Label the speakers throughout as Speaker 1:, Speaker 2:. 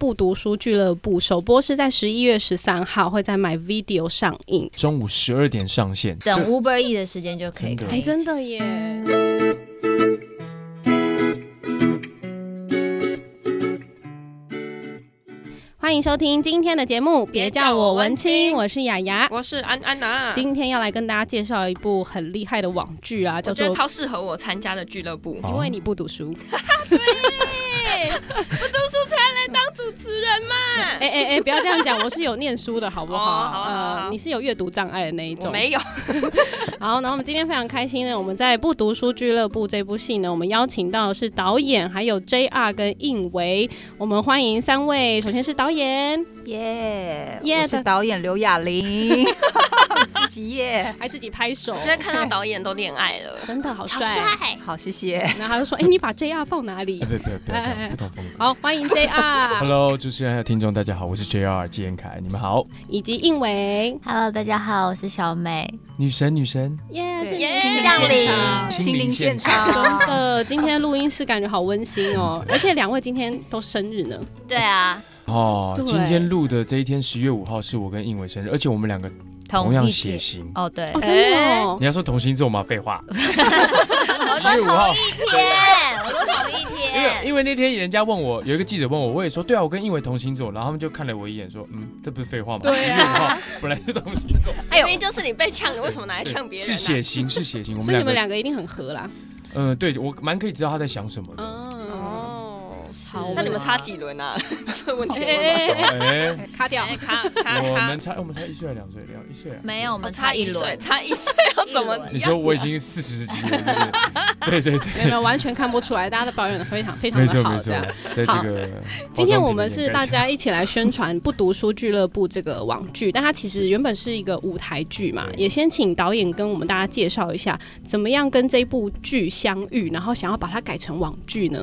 Speaker 1: 不读书俱乐部首播是在十一月十三号会在 My Video 上映。
Speaker 2: 中午十二点上线，
Speaker 3: 等 Uber E 的时间就可以
Speaker 2: 真的
Speaker 3: 看
Speaker 1: 哎、
Speaker 3: 一集。
Speaker 1: 真的耶！欢迎收听今天的节目，别叫我文青，我是雅雅。
Speaker 4: 我是安安啊娜，
Speaker 1: 今天要来跟大家介绍一部很厉害的网剧啊，叫
Speaker 4: 我
Speaker 1: 做
Speaker 4: 觉得
Speaker 1: 《
Speaker 4: 超适合我参加的俱乐部。
Speaker 2: 啊
Speaker 1: 因
Speaker 2: 哦
Speaker 1: 为你不读书》。
Speaker 4: 主持人嘛，
Speaker 1: 哎哎哎，不要这样讲，我是有念书的好 不好？
Speaker 4: 哦好好好
Speaker 1: 呃，你是有阅读障碍的那一
Speaker 4: 我
Speaker 1: 种。
Speaker 4: 没有，
Speaker 1: 好，那我们今天非常开心呢，我们在《不读书俱乐部》这部戏呢，我们邀请到的是导演，还有 JR 跟应维，我们欢迎三位。首先是导演，
Speaker 5: 耶、
Speaker 1: 耶
Speaker 5: 我是导演刘雅玲，自己耶，
Speaker 1: 还自己拍手
Speaker 4: 我，觉得看到导演都恋爱了，
Speaker 1: 真的好
Speaker 4: 超
Speaker 1: 帅。
Speaker 4: 帅。
Speaker 5: 好，谢谢。
Speaker 1: 然后他就说：“哎、你把 JR 放哪里
Speaker 2: 哎，不不不要这
Speaker 1: 哎哎哎
Speaker 2: 样，不同风？”格。
Speaker 1: 好，啊欢迎 JR
Speaker 2: Hello，主持人还有听众，大家好，我是 JR 纪彦凯，你们好。
Speaker 1: 以及应维，
Speaker 3: Hello，大家好，我是小美。
Speaker 2: 女神，女神，
Speaker 1: 耶、是
Speaker 4: 耶
Speaker 1: 亲
Speaker 3: 降临
Speaker 2: 亲
Speaker 5: 亲临
Speaker 2: 临
Speaker 5: 现
Speaker 2: 现
Speaker 5: 场，
Speaker 1: 真的，呃今天录音室感觉好温馨哦，而且两位今天都生日呢，
Speaker 3: 对啊，
Speaker 2: 哦
Speaker 1: 对，
Speaker 2: 今天录的这一天，十月五号是我跟应伟生日，而且我们两个
Speaker 3: 同
Speaker 2: 同样
Speaker 3: 一
Speaker 2: 血
Speaker 3: 天
Speaker 2: 型。
Speaker 3: 哦，对，
Speaker 1: 哦，真的哦，
Speaker 2: 你要说同星座吗？废话。十月五号，
Speaker 3: 天，我都同一
Speaker 2: 因为
Speaker 3: 天。
Speaker 2: 因为那天人家问我，有一个记者问我，我也说对啊，我跟应伟同星座，然后他们就看了我一眼，说嗯，这不是废话吗？
Speaker 1: 对啊
Speaker 2: 十月五号本来是同星座，
Speaker 4: 哎，明明就是你被呛的，为什么拿来呛别人啊
Speaker 2: 是
Speaker 4: 呢？
Speaker 2: 血型，是血型，我
Speaker 1: 所
Speaker 2: 们
Speaker 1: 以
Speaker 2: 两
Speaker 1: 你们
Speaker 2: 个，
Speaker 1: 两个一定很合啦。
Speaker 2: 嗯，对我蛮可以知道他在想什么的。
Speaker 1: 哦，
Speaker 4: 哦，
Speaker 1: 好，
Speaker 4: 那你们差几轮啊？ 这问题
Speaker 1: 哎
Speaker 4: 有
Speaker 1: 哎
Speaker 4: 问吗。
Speaker 1: 哎哎，
Speaker 2: 哎，
Speaker 1: 卡掉
Speaker 4: 哎，卡卡
Speaker 2: 我们
Speaker 4: 卡，
Speaker 2: 差我们差一岁还是两岁？两一岁啊？
Speaker 3: 没有，我
Speaker 4: 我
Speaker 3: 们差一
Speaker 4: 岁
Speaker 3: 轮，
Speaker 4: 差一岁要怎么样？
Speaker 2: 你说我已经四十几了，是不是对
Speaker 1: 没
Speaker 2: 对
Speaker 1: 有没
Speaker 2: 对，
Speaker 1: 有，完全看不出来，大家都保养的非常非常
Speaker 2: 没
Speaker 1: 的
Speaker 2: 错
Speaker 1: 好，
Speaker 2: 没
Speaker 1: 这
Speaker 2: 错
Speaker 1: 样。，
Speaker 2: 在
Speaker 1: 好
Speaker 2: 这个
Speaker 1: 今天我
Speaker 2: 包装品的
Speaker 1: 们是
Speaker 2: 掩盖
Speaker 1: 大
Speaker 2: 下
Speaker 1: 家一起来宣传《不读书俱乐部》这个网剧，但它其实原本是一个舞台剧嘛，也先请导演跟我们大家介绍一下，怎么样跟这部剧相遇，然后想要把它改成网剧呢？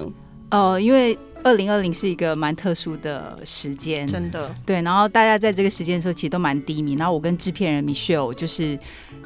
Speaker 5: 呃，因为二零二零是一个蛮特殊的时间，
Speaker 4: 真的，
Speaker 5: 对，然后大家在这个时间的时候其实都蛮低迷，然后我跟制片人 Michelle 就是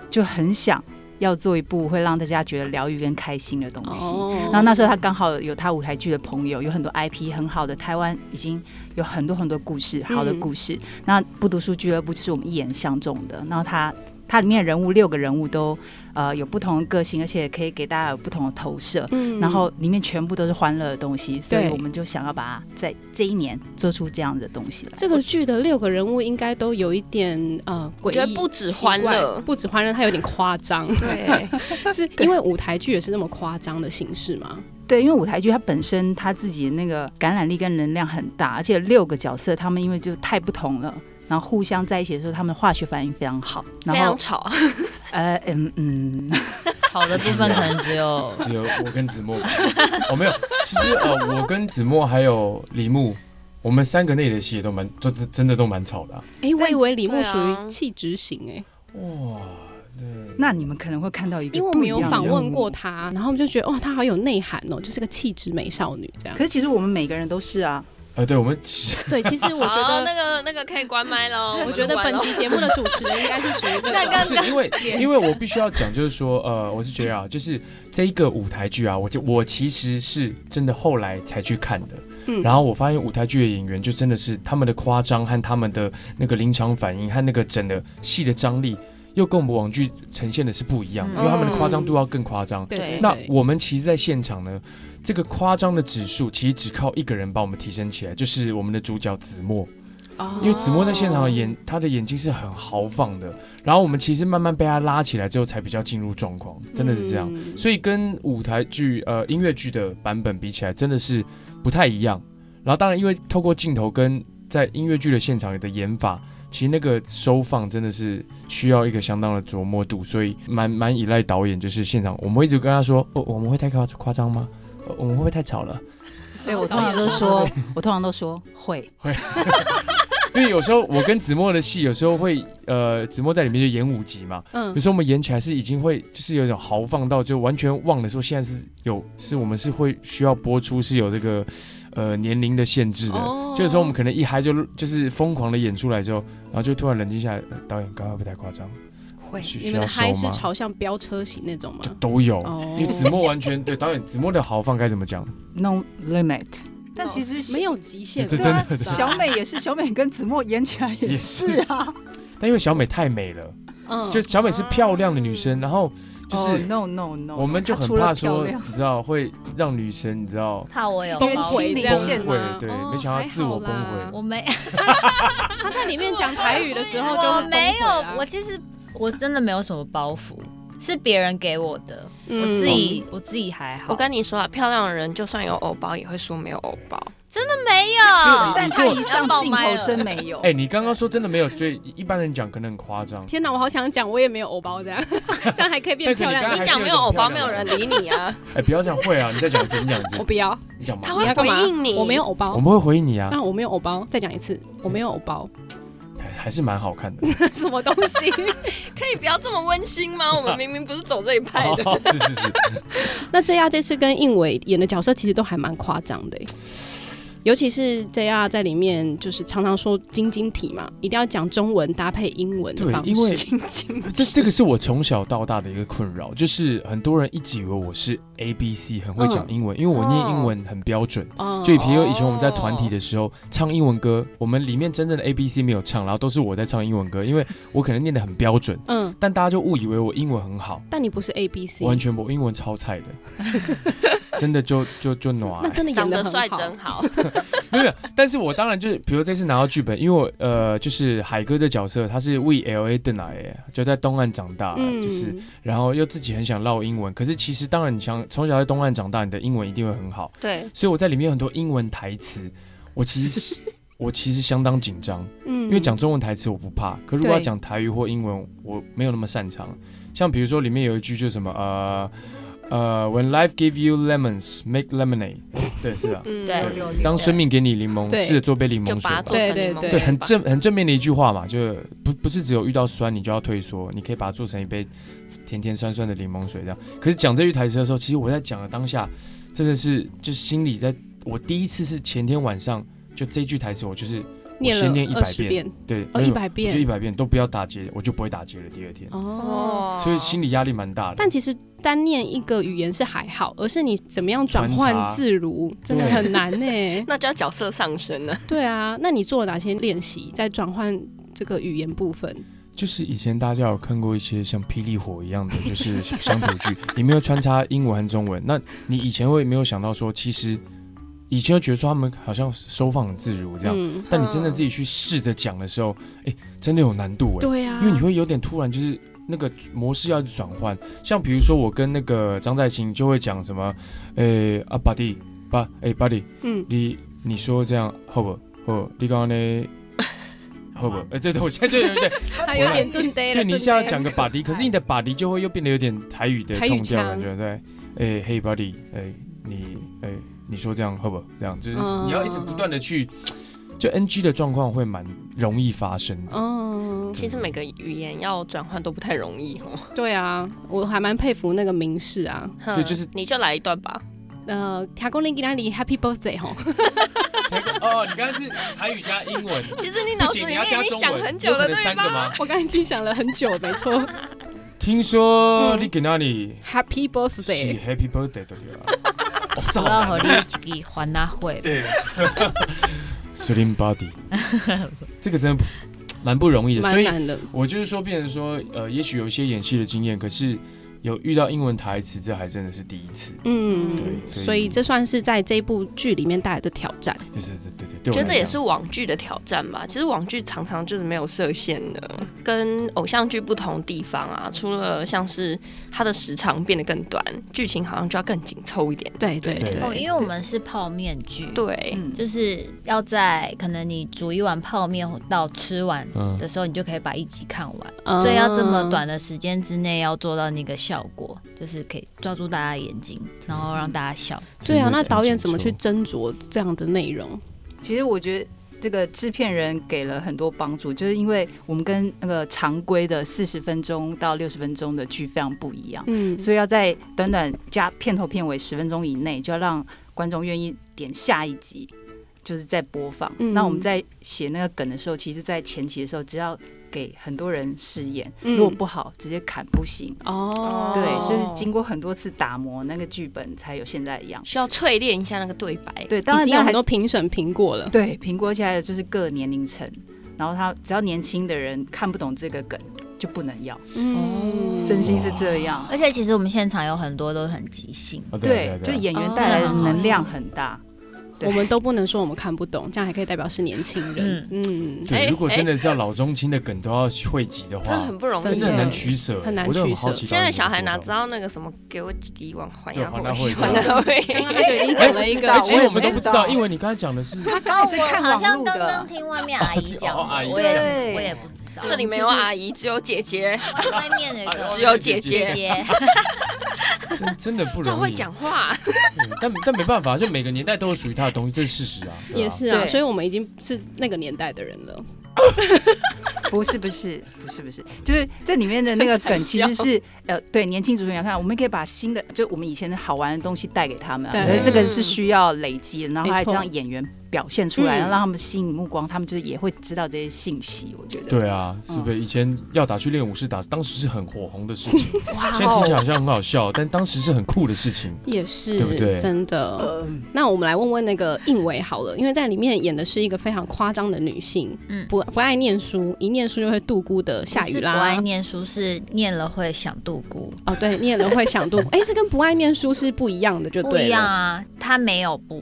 Speaker 5: 就很想要做一部会让大家觉得疗愈跟开心的东西。然后那时候他刚好有他舞台剧的朋友，有很多 IP 很好的，台湾已经有很多很多故事，好的故
Speaker 1: 嗯
Speaker 5: 事。那不读书俱乐部就是我们一眼相中的。然后他他里面人物六个人物都呃有不同的个性，而且可以给大家有不同的投射。
Speaker 1: 嗯
Speaker 5: 然后里面全部都是欢乐的东西，所以
Speaker 1: 对
Speaker 5: 我们就想要把它在这一年做出这样的东西来。
Speaker 1: 这个剧的六个人物应该都有一点呃诡异，
Speaker 4: 觉得不止欢乐
Speaker 1: 奇怪不止欢乐，它有点夸张，
Speaker 4: 对，
Speaker 1: 是因为舞台剧也是那么夸张的形式吗？
Speaker 5: 对，因为舞台剧它本身它自己的那个感染力跟能量很大，而且六个角色他们因为就太不同了，然后互相在一起的时候，他们的化学反应非常好。
Speaker 4: 非
Speaker 5: 然
Speaker 4: 常
Speaker 5: 后
Speaker 4: 吵，
Speaker 5: 呃嗯嗯，
Speaker 3: 好的部分可能只有
Speaker 2: 只有我跟子墨， 哦没有，其实呃我跟子墨还有李牧，我们三个内的戏也都蛮都都真的都蛮吵的啊。
Speaker 1: 哎，我以为李牧
Speaker 4: 对
Speaker 1: 属
Speaker 4: 啊
Speaker 1: 于气质型哎。
Speaker 2: 哇，
Speaker 5: 那你们可能会看到一个，
Speaker 1: 因为我们有访问过。她，然后我们就觉得哇，她好有内涵哦，就是个气质美少女这样
Speaker 5: 可。是其实我们每个人都是啊，
Speaker 2: 呃对我们其实
Speaker 1: 对，其实我觉
Speaker 4: 好
Speaker 1: 得，
Speaker 4: 哦那个那个可以关麦喽。
Speaker 1: 我觉得
Speaker 4: 们
Speaker 1: 本
Speaker 4: 录完咯
Speaker 1: 集节目的主持人应该是属于 这
Speaker 4: 那
Speaker 2: 不
Speaker 1: 种
Speaker 4: 个。
Speaker 2: 是因为，因为我必须要讲，就是说，呃，我是 JR，就是这一个舞台剧啊，我就我其实是真的后来才去看的。
Speaker 1: 嗯
Speaker 2: 然后我发现舞台剧的演员就真的是他们的夸张和他们的那个临场反应和那个整的戏的张力，又跟我们网剧呈现的是不一样，因为他们的夸张度要更夸张。
Speaker 1: 嗯对对
Speaker 2: 那
Speaker 1: 对，
Speaker 2: 我们其实，在现场呢，这个夸张的指数其实只靠一个人把我们提升起来，就是我们的主角子墨。
Speaker 1: 哦
Speaker 2: 因为子墨在现场的眼，他的眼睛是很豪放的。然后我们其实慢慢被他拉起来之后，才比较进入状况，真的是这样。
Speaker 1: 嗯
Speaker 2: 所以跟舞台剧、呃音乐剧的版本比起来，真的是不太一样。然后当然，因为透过镜头跟在音乐剧的现场的演法，其实那个收放真的是需要一个相当的琢磨度，所以蛮蛮依赖导演。就是现场，我们会一直跟他说：“哦，我们会太夸夸张吗？呃我们会不会太吵了？”
Speaker 5: 对我通常
Speaker 1: 啊
Speaker 5: 都说，我通常都说会，
Speaker 2: 因为有时候我跟子墨的戏，有时候会呃，子墨在里面就演五集嘛，
Speaker 1: 嗯
Speaker 2: 有，时候我们演起来是已经会就是有一种豪放到就完全忘了说现在是有是我们是会需要播出是有这个呃年龄的限制的，
Speaker 1: 哦
Speaker 2: 就有时候我们可能一嗨就就是疯狂的演出来之后，然后就突然冷静下来，呃导演刚刚会不会太夸张，
Speaker 4: 会
Speaker 2: 需
Speaker 1: 你
Speaker 2: 需
Speaker 1: 们
Speaker 2: 要
Speaker 1: 的
Speaker 2: 收
Speaker 1: 嗨是
Speaker 2: 吗？
Speaker 1: 朝向飙车型那种吗？
Speaker 2: 都有，
Speaker 1: 哦
Speaker 2: 因为子墨完全对导演子墨的豪放该怎么讲？
Speaker 5: no limit，但其实
Speaker 1: 哦没有极限，
Speaker 2: 这
Speaker 5: 对
Speaker 2: 真的
Speaker 5: 啊，
Speaker 2: 真的
Speaker 5: 小美也是，小美跟子墨演起来也
Speaker 2: 也
Speaker 5: 是啊，
Speaker 2: 但因为小美太美了，
Speaker 1: 嗯，
Speaker 2: 就小美是漂亮的女生，然后 就
Speaker 5: 哦
Speaker 2: 是
Speaker 5: no no no，
Speaker 2: 我们就
Speaker 5: 她
Speaker 2: 很
Speaker 5: 除了
Speaker 2: 怕
Speaker 5: 漂
Speaker 2: 说，
Speaker 5: 亮
Speaker 2: 你知道会让女生你知道
Speaker 3: 怕我有
Speaker 5: 因为
Speaker 3: 猫
Speaker 5: 亲
Speaker 1: 溃
Speaker 5: 临
Speaker 1: 这样
Speaker 2: 崩
Speaker 5: 现
Speaker 1: 子吗
Speaker 2: 溃，对
Speaker 1: 哦，
Speaker 2: 没想到自我崩
Speaker 1: 还好
Speaker 2: 溃
Speaker 1: 啦。
Speaker 3: 我没，
Speaker 1: 他在里面讲台语的时候就会
Speaker 3: 我
Speaker 1: 崩
Speaker 3: 没
Speaker 1: 溃
Speaker 3: 有
Speaker 1: 啊，
Speaker 3: 我其实我真的没有什么包袱，是别人给我的，
Speaker 1: 嗯
Speaker 3: 我自己我自己还好。
Speaker 4: 我跟你说啊，漂亮的人就算有偶包，也会说没有偶包。
Speaker 3: 没有，
Speaker 1: 啊
Speaker 2: 就是
Speaker 5: 但她一上
Speaker 3: 爆
Speaker 5: 镜
Speaker 3: 麦
Speaker 5: 头
Speaker 3: 了
Speaker 5: 真没有。
Speaker 2: 哎，你刚刚说真的没有，所以一般人讲可能很夸张。
Speaker 1: 天哪，我好想讲，我也没有欧包这 样，这样还可以变
Speaker 2: 但可
Speaker 1: 漂
Speaker 2: 你刚
Speaker 1: 亮
Speaker 2: 刚
Speaker 4: 你
Speaker 1: 一点。
Speaker 2: 还
Speaker 4: 讲没有偶包，
Speaker 2: 还
Speaker 4: 没
Speaker 2: 是有
Speaker 4: 有
Speaker 2: 点
Speaker 4: 人理你啊，
Speaker 2: 哎，不要这样，会啊，你再讲一次，你讲一次
Speaker 1: 我，不要，
Speaker 2: 你讲嘛
Speaker 4: 他，
Speaker 1: 你
Speaker 4: 会
Speaker 1: 要干
Speaker 4: 回
Speaker 1: 嘛
Speaker 4: 应你。
Speaker 1: 我没有，欧包
Speaker 2: 我。们会回应你啊，
Speaker 1: 那我没有欧包，再讲一次，我没有欧包，
Speaker 2: 还还是蛮好看的。
Speaker 1: 什么东西？
Speaker 4: 可以不要这么温馨吗？我们明明不是走这一派的。
Speaker 2: 哦 是是是，
Speaker 1: 那 J R 这次跟应伟演的角色其实都还蛮夸张的耶，欸尤其是 J R 在里面就是常常说晶晶体嘛，一定要讲中文搭配英文的
Speaker 2: 对
Speaker 1: 方，式。
Speaker 2: 因为
Speaker 4: 静静
Speaker 2: 这这个是我从小到大的一个困扰，就是很多人一直以为我是 A B C 很会讲
Speaker 4: 嗯
Speaker 2: 英文，因为我念英文很标准。
Speaker 1: 哦
Speaker 2: 就比如以前我们在团体的时候唱英文歌，我们里面真正的 A B C 没有唱，然后都是我在唱英文歌，因为我可能念得很标准，
Speaker 1: 嗯，
Speaker 2: 但大家就误以为我英文很好，
Speaker 1: 但你不是 A B C，
Speaker 2: 我完全不，我英文超菜的， 真的就就就暖、
Speaker 1: 那真的演
Speaker 4: 长得
Speaker 1: 得很
Speaker 4: 帅
Speaker 1: 好。
Speaker 4: 真好，
Speaker 2: 没有，但是我当然就是，比如这次拿到剧本，因为我呃，就是海哥的角色，他是 We L A 邓来耶，就在东岸长大，
Speaker 1: 嗯
Speaker 2: 啊就是，然后又自己很想唠英文，可是其实当然你想从小在东岸长大，你的英文一定会很好，
Speaker 4: 对，
Speaker 2: 所以我在里面有很多英文台词，我其实我其实相当紧张，
Speaker 1: 嗯
Speaker 2: 因为讲中文台词我不怕，可如果要
Speaker 1: 对
Speaker 2: 讲台语或英文，我没有那么擅长。像比如说里面有一句就什么呃呃，When life give you lemons, make lemonade，对，是啊。
Speaker 4: 嗯
Speaker 3: 对
Speaker 5: 有
Speaker 2: 当生命给你柠檬，
Speaker 1: 对
Speaker 2: 试着做杯柠檬
Speaker 4: 就把它
Speaker 2: 水
Speaker 1: 对
Speaker 2: 吧。
Speaker 4: 做成柠檬
Speaker 1: 对
Speaker 4: 水
Speaker 2: 对，很
Speaker 4: 吧
Speaker 2: 正很正面的一句话嘛，就不不是只有遇到酸你就要退缩，你可以把它做成一杯甜甜酸酸的柠檬水这样。可是讲这句台词的时候，其实我在讲的当下，真的是就心里在，我第一次是前天晚上就这句台词，我就是
Speaker 1: 念
Speaker 2: 我先念
Speaker 1: 了二十
Speaker 2: 100遍
Speaker 1: 遍，
Speaker 2: 对，
Speaker 1: 哦，
Speaker 2: 没
Speaker 1: 一
Speaker 2: 有
Speaker 1: 百
Speaker 2: 就一
Speaker 1: 遍，
Speaker 2: 百遍都不要打结，我就不会打结了。第二天，
Speaker 1: 哦。
Speaker 2: 所以心理压力蛮大的。
Speaker 1: 但其实单念一个语言是还好，而是你怎么样转换自如，真的很难呢、
Speaker 4: 那就要角色上升了。
Speaker 1: 对啊，那你做了哪些练习在转换这个语言部分？
Speaker 2: 就是以前大家有看过一些像《霹雳火》一样的， 就是乡土剧，里面有穿插英文和中文。那你以前会没有想到说，其实以前会觉得说他们好像收放很自如这样，
Speaker 1: 嗯，
Speaker 2: 但你真的自己去试着讲的时候，哎、真的有难度哎、
Speaker 1: 对啊，
Speaker 2: 因为你会有点突然就是。那个模式要转换，像比如说我跟那个张在清就会讲什么，诶、啊 buddy，爸，诶、buddy，
Speaker 1: 嗯，
Speaker 2: 你你说这样好不好？你刚刚呢？好不好？哎、对对，我现在就有点
Speaker 1: 还有点顿呆了。
Speaker 2: 对你一下
Speaker 1: 顿呆
Speaker 2: 讲个把迪，可是你的把迪就会又变得有点台语的
Speaker 1: 台语
Speaker 2: 痛调
Speaker 1: 腔
Speaker 2: 感觉，对，哎、嘿把迪，哎、你哎、你说这样好不好？这样就是
Speaker 1: 嗯
Speaker 2: 你要一直不断的去，就 NG 的状况会蛮容易发生 的。
Speaker 1: 哦，
Speaker 4: 嗯其实每个语言要转换都不太容易哦。
Speaker 1: 对啊，我还蛮佩服那个明士啊，
Speaker 2: 对就是
Speaker 4: 你就来一段 吧。
Speaker 1: 呃，听公林给他里 Happy Birthday 吼，
Speaker 2: 哦，你刚刚是台语加英文，
Speaker 4: 其实你脑子里面已经想很久了，对吧？
Speaker 2: 吗？
Speaker 1: 我刚才已经想了很久，没 错
Speaker 2: 听说
Speaker 1: 嗯
Speaker 2: 你给那里
Speaker 1: ，Happy
Speaker 2: 是
Speaker 1: Birthday，
Speaker 2: Happy Birthday 的对吧？哦，这
Speaker 3: 我
Speaker 2: 好
Speaker 3: 要
Speaker 2: 难
Speaker 3: 和
Speaker 2: 哦
Speaker 3: 你一起还他会。
Speaker 2: 对 ，Slim Body，这个真的蛮不容易的，所
Speaker 1: 蛮
Speaker 2: 以
Speaker 1: 难的，
Speaker 2: 我就是说，变成说，呃，也许有一些演戏的经验，可是有遇到英文台词，这还真的是第一次。
Speaker 1: 嗯，
Speaker 2: 对所以
Speaker 1: 所以这算是在这部剧里面带来的挑战。
Speaker 2: 就是对对对，对
Speaker 4: 我
Speaker 2: 我
Speaker 4: 觉得
Speaker 2: 来
Speaker 4: 这也
Speaker 2: 讲
Speaker 4: 是网剧的挑战吧。其实网剧常常就是没有设限的，跟偶像剧不同地方啊，除了像是它的时长变得更短，剧情好像就要更紧凑一点。
Speaker 1: 对对
Speaker 2: 对
Speaker 1: 对，
Speaker 3: 哦，因为我们是泡面剧，，
Speaker 4: 对，
Speaker 5: 嗯
Speaker 3: 就是要在可能你煮一碗泡面到吃完
Speaker 2: 嗯，
Speaker 3: 的时候，你就可以把一集看完，
Speaker 1: 嗯
Speaker 3: 所以要这么短的时间之内要做到那个效果，就是可以抓住大家的眼睛，然后让大家笑。
Speaker 1: 对啊，
Speaker 2: 真的
Speaker 1: 那
Speaker 2: 很
Speaker 1: 导演
Speaker 2: 紧
Speaker 1: 怎么去
Speaker 2: 凑
Speaker 1: 斟酌这样的内容？
Speaker 5: 其实我觉得。这个制片人给了很多帮助，就是因为我们跟那个常规的四十分钟到六十分钟的剧非常不一样，
Speaker 1: 嗯，
Speaker 5: 所以要在短短加片头片尾十分钟以内，就要让观众愿意点下一集，就是在播放。
Speaker 1: 嗯
Speaker 5: 那我们在写那个梗的时候，其实，在前期的时候，只要给很多人试演，
Speaker 1: 嗯
Speaker 5: 如果不好直接砍不行。
Speaker 1: 哦，
Speaker 5: 对，就是经过很多次打磨，那个剧本才有现在的样子。
Speaker 4: 需要淬炼一下那个对白。
Speaker 5: 对，当
Speaker 1: 已
Speaker 5: 然
Speaker 1: 经有
Speaker 5: 那还
Speaker 1: 很
Speaker 5: 是
Speaker 1: 多评审评过了。
Speaker 5: 对，苹果起来的就是各年龄层，然后他只要年轻的人看不懂这个梗，就不能要，
Speaker 1: 嗯
Speaker 5: 真心是这样。
Speaker 3: 而且其实我们现场有很多都很即兴，
Speaker 2: 啊
Speaker 5: 对
Speaker 2: 啊，
Speaker 5: 就
Speaker 2: 对啊
Speaker 5: 演员带来的
Speaker 3: 哦
Speaker 5: 能量很大。对
Speaker 1: 我们都不能说我们看不懂，这样还可以代表是年轻人。 嗯，
Speaker 2: 对，
Speaker 4: 哎
Speaker 2: 如果
Speaker 4: 哎
Speaker 2: 真的是要老中青的梗都要汇集的
Speaker 4: 真的
Speaker 2: 话
Speaker 4: 很，不容
Speaker 2: 那
Speaker 4: 易，
Speaker 1: 真
Speaker 2: 这
Speaker 1: 的
Speaker 2: 很难取舍，
Speaker 1: 很难
Speaker 2: 我就
Speaker 1: 取
Speaker 2: 很
Speaker 1: 舍
Speaker 2: 好奇啊导
Speaker 4: 现
Speaker 2: 演
Speaker 4: 在
Speaker 2: 怎
Speaker 4: 小
Speaker 2: 么
Speaker 4: 孩
Speaker 2: 做
Speaker 4: 哪
Speaker 2: 到
Speaker 4: 知道那个什么，给我几个一万还
Speaker 2: 对
Speaker 4: 押
Speaker 2: 还押
Speaker 4: 回，
Speaker 2: 回啊
Speaker 4: 还押回。
Speaker 1: 刚刚他就已经讲了一个
Speaker 5: 哎，
Speaker 2: 其实我们都
Speaker 5: 我
Speaker 2: 不
Speaker 5: 也
Speaker 2: 知
Speaker 5: 不知
Speaker 2: 道，
Speaker 5: 道
Speaker 2: 因为你刚才讲的是
Speaker 5: 刚
Speaker 3: 我好像刚刚，听外面阿姨讲
Speaker 2: 哦阿
Speaker 3: 的，
Speaker 2: 姨
Speaker 3: 我也
Speaker 5: 对
Speaker 3: 我也不知道，
Speaker 4: 这里没有阿姨，只有姐姐，
Speaker 3: 我外面有一个
Speaker 4: 只有姐
Speaker 3: 姐
Speaker 4: 姐，
Speaker 3: 姐，
Speaker 2: 真真的不
Speaker 4: 这么
Speaker 2: 容
Speaker 4: 会
Speaker 2: 易，
Speaker 4: 讲话，
Speaker 2: 嗯但但没办法，就每个年代都有属于它的东西，这是事实啊，对啊
Speaker 1: 也是啊，
Speaker 5: 对
Speaker 1: 所以我们已经是那个年代的人了。
Speaker 5: 不是不是不是不是，就是这里面的那个梗其实是呃，对年轻主持人要看，我们可以把新的，就我们以前的好玩的东西带给他们、
Speaker 1: 对
Speaker 5: 啊，可是这个是需要累积的，然后
Speaker 1: 没
Speaker 5: 还
Speaker 1: 错
Speaker 5: 这样演员表现出来，
Speaker 1: 嗯
Speaker 5: 然后让他们吸引目光，他们就是也会知道这些信息，我觉得。
Speaker 2: 对啊，是
Speaker 5: 嗯
Speaker 2: 不是？以前要打去练武士打，当时是很火红的事情，
Speaker 5: 哇
Speaker 2: 现在听起来好像很好笑，但当时是很酷的事 情。
Speaker 1: 也是，
Speaker 2: 对不对
Speaker 1: 真的。那我们来问问那个应维好了，因为在里面演的是一个非常夸张的女性，
Speaker 3: 嗯
Speaker 1: 不不爱念书，一念书就会度孤的夏雨
Speaker 3: 不是不爱
Speaker 1: 拉。
Speaker 3: 念书是念了会想度孤，
Speaker 1: 哦，对，念了会想度孤，哎，这跟不爱念书是不一样的，就
Speaker 3: 不
Speaker 1: 对
Speaker 3: 一样
Speaker 1: 了。
Speaker 3: 啊，他没有不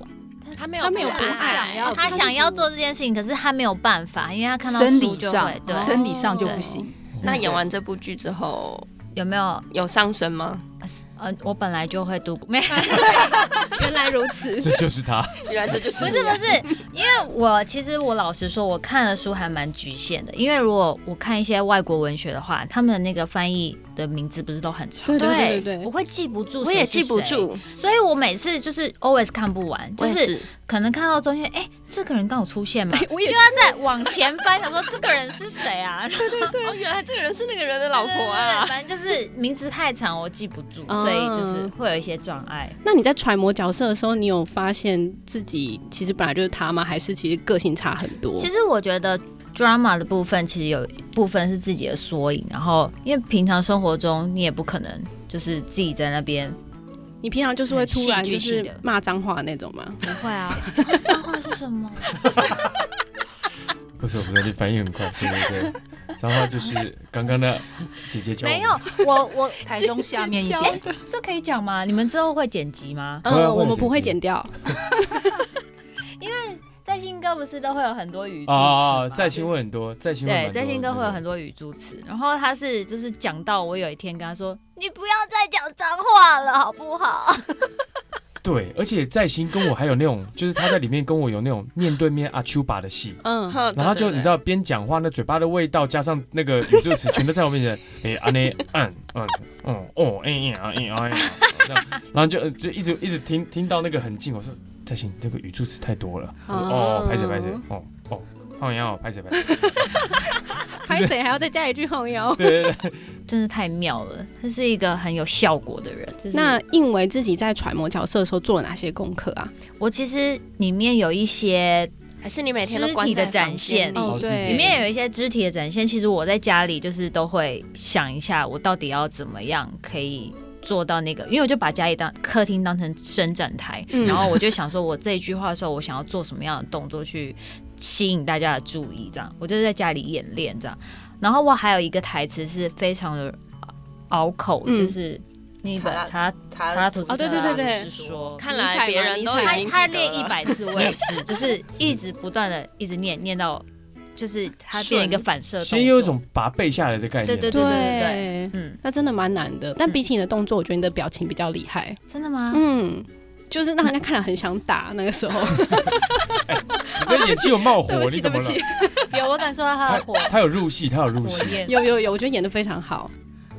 Speaker 4: 他没有，
Speaker 1: 他没有不
Speaker 4: 爱
Speaker 1: 爱，
Speaker 5: 要
Speaker 3: 他想要做这件事情，可是他没有办法，因为他看到
Speaker 5: 生
Speaker 3: 书
Speaker 5: 理
Speaker 3: 就
Speaker 5: 上哦
Speaker 3: 会对。
Speaker 5: 生理上就不行，
Speaker 4: 那演完这部剧之后，
Speaker 3: 有没有？
Speaker 4: 有上升吗？
Speaker 3: 呃，我本来就会读，没有，
Speaker 1: 原来如此，
Speaker 2: 这就是他，
Speaker 4: 原来这就是
Speaker 3: 不是不是，因为我其实我老实说，我看的书还蛮局限的，因为如果我看一些外国文学的话，他们的那个翻译的名字不是都很长，
Speaker 1: 对对对对对
Speaker 3: 我会记不住，
Speaker 4: 我也记不，住，
Speaker 3: 所以我每次就是 always 看不完，
Speaker 4: 我
Speaker 3: 就
Speaker 4: 也
Speaker 3: 是可能看到中间，哎、这个人刚好出现 嘛，
Speaker 1: 哎我也是
Speaker 3: 就要再往前翻，想说这个人是谁啊？对对
Speaker 4: 哦，原来这个人是那个人的老婆啊。
Speaker 3: 反正就是名字太长，我记不住，
Speaker 1: 嗯
Speaker 3: 所以就是会有一些障碍。
Speaker 1: 那你在揣摩角色的时候，你有发现自己其实本来就是他吗？还是其实个性差很多？
Speaker 3: 其实我觉得 drama 的部分其实有一部分是自己的缩影，然后因为平常生活中你也不可能就是自己在那边
Speaker 1: 你平常就是会突然
Speaker 3: 很戏
Speaker 1: 就
Speaker 3: 剧性
Speaker 1: 是
Speaker 3: 的
Speaker 1: 骂脏话那种吗？
Speaker 3: 不会 啊，脏话是什么？
Speaker 2: 不是不是，你反应很快，对对对。脏话就是刚刚的姐姐教我们
Speaker 3: 没有，我 我
Speaker 5: 台中下面一
Speaker 3: 哎
Speaker 5: 点，
Speaker 3: 这可以讲吗？你们之后会剪辑吗？
Speaker 2: 不会啊
Speaker 1: 呃，
Speaker 2: 不会
Speaker 1: 我们不会
Speaker 2: 剪
Speaker 1: 剪掉，
Speaker 3: 在新歌不是都会有很多语助词
Speaker 2: 啊啊，啊
Speaker 3: 吗？
Speaker 2: 在新会很多，在新会
Speaker 3: 对，
Speaker 2: 蛮多
Speaker 3: 在新歌会有很多语助词，然后他是就是讲到我有一天跟他说，你不要再讲脏话了，好不好？
Speaker 2: 对，而且在新跟我还有那种，就是他在里面跟我有那种面对面阿丘巴的戏，
Speaker 1: 嗯，
Speaker 4: 哼
Speaker 2: 然后就
Speaker 4: 对对对
Speaker 2: 你知道边讲话那嘴巴的味道，加上那个语助词，全都在我面前。哎，安内，嗯嗯嗯哦，哎呀哎呀哎呀，这样然后就就一直一直听听到那个很近，我说在行，这个语助词太多了。我说哦，拍谁拍谁，哦哦，放羊哦，拍谁拍谁。
Speaker 1: 拍谁还要再加一句后摇？
Speaker 2: 对对对，
Speaker 3: 真的太妙了，他是一个很有效果的人。就是、
Speaker 1: 那应为自己在揣摩角色的时候做了哪些功课啊？
Speaker 3: 我其实里面有一些，
Speaker 4: 还是你每天都关在
Speaker 3: 肢体的展现
Speaker 4: 房间里
Speaker 1: 哦对
Speaker 3: 里面有一些肢体的展现。其实我在家里就是都会想一下，我到底要怎么样可以。做到那个，因为我就把家里当客厅当成伸展台，
Speaker 1: 嗯
Speaker 3: 然后我就想说，我这一句话的时候，我想要做什么样的动作去吸引大家的注意，这样，我就是在家里演练这样。然后我还有一个台词是非常的拗口，
Speaker 1: 嗯
Speaker 3: 就是那本查查拉图斯啊
Speaker 1: 哦对对对对
Speaker 3: 是说
Speaker 4: 看来别人都已
Speaker 1: 尼采嘛
Speaker 3: 他
Speaker 1: 尼
Speaker 4: 经
Speaker 3: 他
Speaker 4: 记得
Speaker 3: 练一
Speaker 4: 了
Speaker 3: 百次我也 是，就是一直不断的一直念念到，就是他
Speaker 4: 顺
Speaker 3: 变一个反射动作，
Speaker 2: 先有一种把它背下来的概念。
Speaker 3: 对对对对嗯，
Speaker 1: 那真的蛮难的。但比起你的动作，我觉得你的表情比较厉害。
Speaker 3: 真的吗？
Speaker 1: 嗯，就是让人家看了很想打。那个时 候，
Speaker 2: 你的眼睛有冒
Speaker 1: 对
Speaker 2: 火，
Speaker 1: 不
Speaker 2: 哦你
Speaker 1: 起，对
Speaker 2: 怎
Speaker 1: 不
Speaker 2: 么了
Speaker 1: 起？，
Speaker 3: 有，我感受到他
Speaker 2: 他
Speaker 3: 的火
Speaker 2: 他有入戏，他有入
Speaker 3: 火
Speaker 2: 戏。
Speaker 3: 焰。
Speaker 1: 有有有，我觉得演的非常好。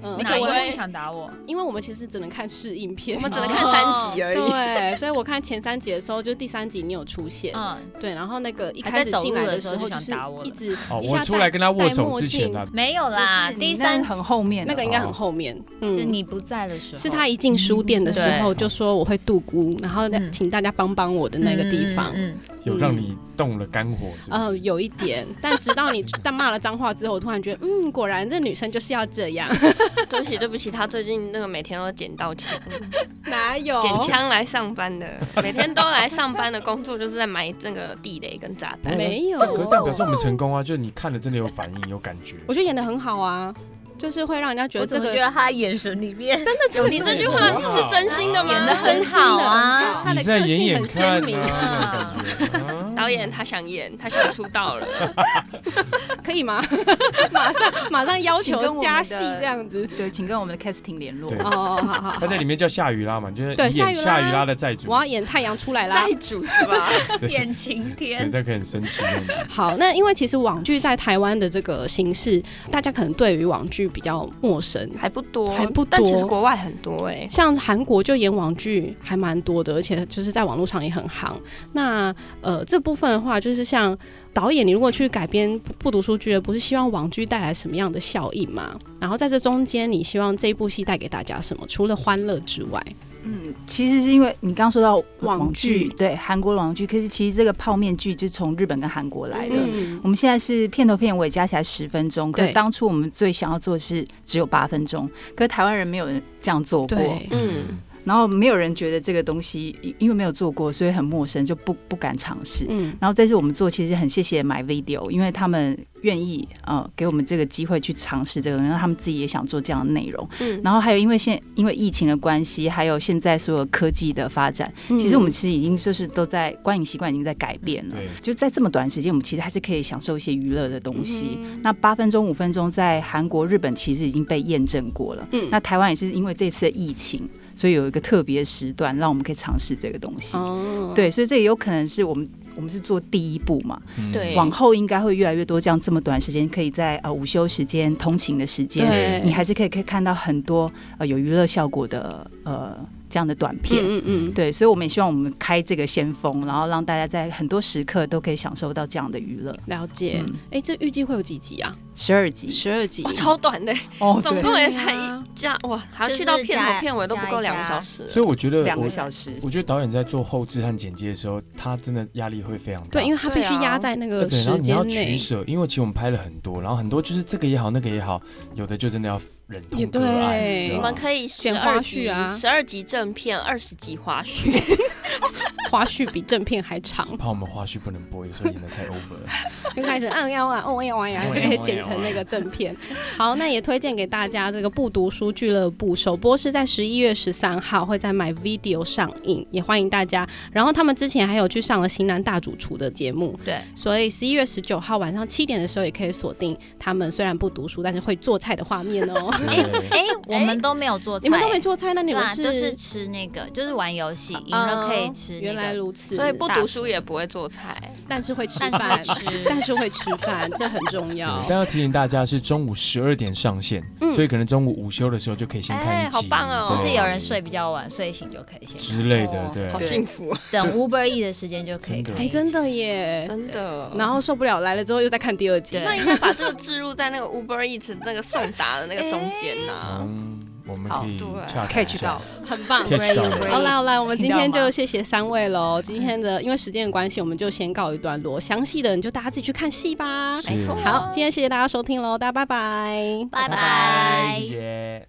Speaker 1: 嗯，而
Speaker 3: 哪
Speaker 1: 且
Speaker 3: 一
Speaker 1: 我
Speaker 3: 位
Speaker 1: 会，
Speaker 3: 想打我？
Speaker 1: 因为我们其实只能看试映片，哦
Speaker 4: 我们只能看三集而已。
Speaker 2: 哎
Speaker 1: 对，所以我看前三集的时候，就第三集你有出现，
Speaker 3: 嗯，
Speaker 1: 对，然后那个一
Speaker 3: 还
Speaker 1: 开
Speaker 3: 在
Speaker 1: 始
Speaker 3: 走
Speaker 1: 进
Speaker 3: 路
Speaker 1: 来
Speaker 3: 的
Speaker 1: 的
Speaker 3: 时
Speaker 1: 时
Speaker 3: 候
Speaker 1: 候
Speaker 3: 就
Speaker 1: 就
Speaker 3: 想
Speaker 1: 是
Speaker 3: 打我
Speaker 1: 一直
Speaker 2: 哦，
Speaker 1: 一
Speaker 2: 我
Speaker 1: 下
Speaker 2: 出来
Speaker 1: 戴
Speaker 2: 跟他握手之前
Speaker 1: 戴
Speaker 2: 呢，
Speaker 3: 没有啦，
Speaker 5: 就是你
Speaker 3: 啊第
Speaker 5: 那
Speaker 3: 三集
Speaker 5: 很后面
Speaker 1: 那
Speaker 5: 的
Speaker 1: 个应该很后面，嗯，
Speaker 3: 就你不在的时候，
Speaker 1: 是他一进书店的时候
Speaker 2: 对
Speaker 1: 就说我会度孤，然后
Speaker 3: 嗯
Speaker 1: 请大家帮帮我的那个地方。
Speaker 3: 嗯，嗯嗯
Speaker 2: 有让你动了肝火是不
Speaker 1: 呃，
Speaker 2: 是？
Speaker 1: 有一点，但直到你 但骂了脏话之后，我突然觉得，嗯，果然这女生就是要这样，
Speaker 4: 对不起，对不起，他最近那个每天都捡到钱，
Speaker 1: 哪有？
Speaker 4: 捡枪来上班的，每天都来上班的工作就是在埋那个地雷跟炸弹。
Speaker 1: 没有
Speaker 2: 这可是这样表示我们成功啊！就是你看了真的有反应，有感觉。
Speaker 1: 我觉得演的很好啊，就是会让人家觉
Speaker 3: 我
Speaker 1: 得
Speaker 3: 怎
Speaker 1: 这
Speaker 3: 么
Speaker 1: 个
Speaker 3: 觉得他眼神里 面
Speaker 1: 真的真的
Speaker 4: 你
Speaker 1: 真
Speaker 4: 这
Speaker 1: 的
Speaker 4: 句话是真心的吗？
Speaker 3: 演得
Speaker 1: 是
Speaker 3: 很
Speaker 1: 真心的
Speaker 3: 好啊
Speaker 1: 他
Speaker 2: 你
Speaker 1: 的
Speaker 2: 在
Speaker 1: 个
Speaker 2: 演
Speaker 1: 性
Speaker 2: 演
Speaker 1: 很
Speaker 2: 看
Speaker 1: 鲜明，
Speaker 2: 啊，那种感觉啊
Speaker 4: 导演他想演，他想出道了，
Speaker 1: 可以吗？ 马上马上要
Speaker 5: 请跟我
Speaker 1: 求
Speaker 5: 们
Speaker 1: 加
Speaker 5: 的
Speaker 1: 戏这样子。
Speaker 5: 对，请跟我们的 casting 联络
Speaker 2: 对。
Speaker 1: 哦，好好好
Speaker 2: 他，在里面叫夏雨拉嘛，就是
Speaker 1: 对
Speaker 2: 演
Speaker 1: 夏
Speaker 2: 夏
Speaker 1: 雨拉
Speaker 2: 雨拉的债主
Speaker 1: 我，要演太阳出来啦
Speaker 4: 债。主是吧？
Speaker 3: 演晴
Speaker 2: 对，
Speaker 3: 天，
Speaker 2: 这可以很生气。
Speaker 1: 好，那因为其实网剧在台湾的这个形式，大家可能对于网剧比较陌生。
Speaker 4: 还不多，
Speaker 1: 还不多
Speaker 4: 但其实国外很多哎、
Speaker 1: 像韩国就演网剧还蛮多的，而且就是在网络上也很夯。那呃这部分的话，就是像导演，你如果去改编不不读书俱乐部，是希望网剧带来什么样的效应吗？然后在这中间，你希望这部戏带给大家什么？除了欢乐之外，
Speaker 5: 嗯，其实是因为你刚刚说到
Speaker 1: 网
Speaker 5: 网
Speaker 1: 剧
Speaker 5: 剧，对韩国网剧，可是其实这个泡面剧就是从日本跟韩国来的。
Speaker 1: 嗯，
Speaker 5: 我们现在是片头片尾加起来十分钟，可
Speaker 1: 对
Speaker 5: 是当初我们最想要做的是只有八分钟，可是台湾人没有人这样做过，
Speaker 1: 对，
Speaker 4: 嗯，
Speaker 5: 然后没有人觉得这个东西，因因为没有做过，所以很陌生，就不不敢尝试。
Speaker 1: 嗯，
Speaker 5: 然后这次我们做，其实很谢谢 My Video，因为他们愿意呃给我们这个机会去尝试这个，然后他们自己也想做这样的内容。
Speaker 4: 嗯
Speaker 5: 然后还有因为现因为疫情的关系，还有现在所有科技的发展，
Speaker 1: 嗯
Speaker 5: 其实我们其实已经就是都在观影习惯已经在改变了。
Speaker 2: 对，
Speaker 5: 就在这么短时间，我们其实还是可以享受一些娱乐的东西。
Speaker 1: 嗯
Speaker 5: 那八分钟、五分钟，在韩国、日本其实已经被验证过了。
Speaker 1: 嗯
Speaker 5: 那台湾也是因为这次的疫情，所以有一个特别时段，让我们可以尝试这个东西。
Speaker 1: 哦，
Speaker 5: 对，所以这也有可能是我们我们是做第一步嘛，
Speaker 2: 嗯
Speaker 4: 对
Speaker 5: 往后应该会越来越多这样这么短时间，可以在呃午休时间、通勤的时间，
Speaker 1: 对，
Speaker 5: 你还是可以可以看到很多呃有娱乐效果的呃这样的短片。
Speaker 1: 嗯嗯嗯，
Speaker 5: 对，所以我们也希望我们开这个先锋，然后让大家在很多时刻都可以享受到这样的娱乐。
Speaker 1: 了解。
Speaker 5: 嗯，
Speaker 1: 哎，这预计会有几集啊？哦
Speaker 5: 十二集
Speaker 1: 十二集
Speaker 4: 哇，，超短的、
Speaker 5: 哦
Speaker 4: 总
Speaker 5: 对
Speaker 4: 共也
Speaker 1: 对啊
Speaker 4: 才一加哇，还要
Speaker 3: 就是
Speaker 4: 去到片
Speaker 3: 加
Speaker 4: 头片尾都不够
Speaker 3: 加
Speaker 4: 两
Speaker 3: 一
Speaker 4: 个
Speaker 3: 加
Speaker 4: 小时，
Speaker 2: 所以我觉得
Speaker 5: 两
Speaker 2: 我
Speaker 5: 个小时。
Speaker 2: 我觉得导演在做后置和剪接的时候，他真的压力会非常大。
Speaker 1: 对，因为它必须
Speaker 4: 对啊
Speaker 1: 压在那个
Speaker 2: 对，然后
Speaker 1: 时
Speaker 2: 你要
Speaker 1: 间
Speaker 2: 取
Speaker 1: 内。
Speaker 2: 舍，因为其实我们拍了很多，然后很多就是这个也好，那个也好，有的就真的要忍
Speaker 1: 也
Speaker 2: 痛割爱。
Speaker 1: 对
Speaker 4: 我
Speaker 2: 吧，
Speaker 4: 们可以十
Speaker 1: 剪花
Speaker 4: 二
Speaker 1: 絮
Speaker 4: 集
Speaker 1: 啊
Speaker 4: 十二集正片，二十集花絮。
Speaker 1: 花絮比正片还长
Speaker 2: 怕我们花絮不能播，有时候演的太 over 了。
Speaker 1: 就开始嗯呀啊哦呀哇呀，就可以剪成那个正片。好，那也推荐给大家这个不读书俱乐部，首播是在十一月十三号会在 My Video 上映，也欢迎大家。然后他们之前还有去上了《型男大主厨》的节 目，
Speaker 3: 对，
Speaker 1: 所以十一月十九号晚上七点的时候也可以锁定他们虽然不读书，但是会做菜的画面 哦。
Speaker 2: 对，
Speaker 3: 哎，我们都没有做菜，
Speaker 1: 你们都没做菜，那你
Speaker 3: 对
Speaker 1: 们
Speaker 3: 啊，
Speaker 1: 是啊
Speaker 3: 都是吃那个，就是玩游戏，赢了可以吃
Speaker 1: 呃原来
Speaker 3: 那个，
Speaker 1: 如此，
Speaker 4: 所以不读书也不会做菜，
Speaker 1: 但是会吃
Speaker 3: 但是
Speaker 1: 饭
Speaker 3: 不，吃。
Speaker 1: 但是会吃饭，这很重要
Speaker 2: 对。但要提醒大家是中午十二点上线，
Speaker 1: 哦嗯
Speaker 2: 所以可能中午午休的时候就可以先看一
Speaker 4: 哎
Speaker 2: 集，
Speaker 4: 好棒哦
Speaker 2: 对
Speaker 3: 就是有人睡比较晚，睡醒就可以先
Speaker 2: 之类的
Speaker 5: 哦，
Speaker 2: 对
Speaker 4: 好。幸福，
Speaker 3: 等 Uber E 的时间就可以
Speaker 2: 真的
Speaker 3: 看一
Speaker 1: 哎、
Speaker 3: 集。
Speaker 1: 真的耶！
Speaker 4: 真的。
Speaker 1: 然后受不了来了之后又再看第二集
Speaker 3: 对，
Speaker 4: 那应该把这个置入在那个 Uber Eats 那个送达的那个中间啊呐。
Speaker 2: 嗯，我们可以
Speaker 4: 好对
Speaker 2: 洽谈
Speaker 5: catch
Speaker 2: 一下
Speaker 5: 到，
Speaker 1: 很棒。
Speaker 2: catch 到
Speaker 3: Uber
Speaker 2: 了
Speaker 3: Eats
Speaker 1: 好啦好啦，我们今天
Speaker 5: 听到吗
Speaker 1: 就谢谢三位喽。今天的因为时间的关系，我们就先告一段落。详细的你就大家自己去看戏吧。
Speaker 2: 是
Speaker 1: 好，今天谢谢大家收听喽，大家拜拜。
Speaker 3: 拜
Speaker 2: 拜，
Speaker 3: 拜
Speaker 2: 谢。谢。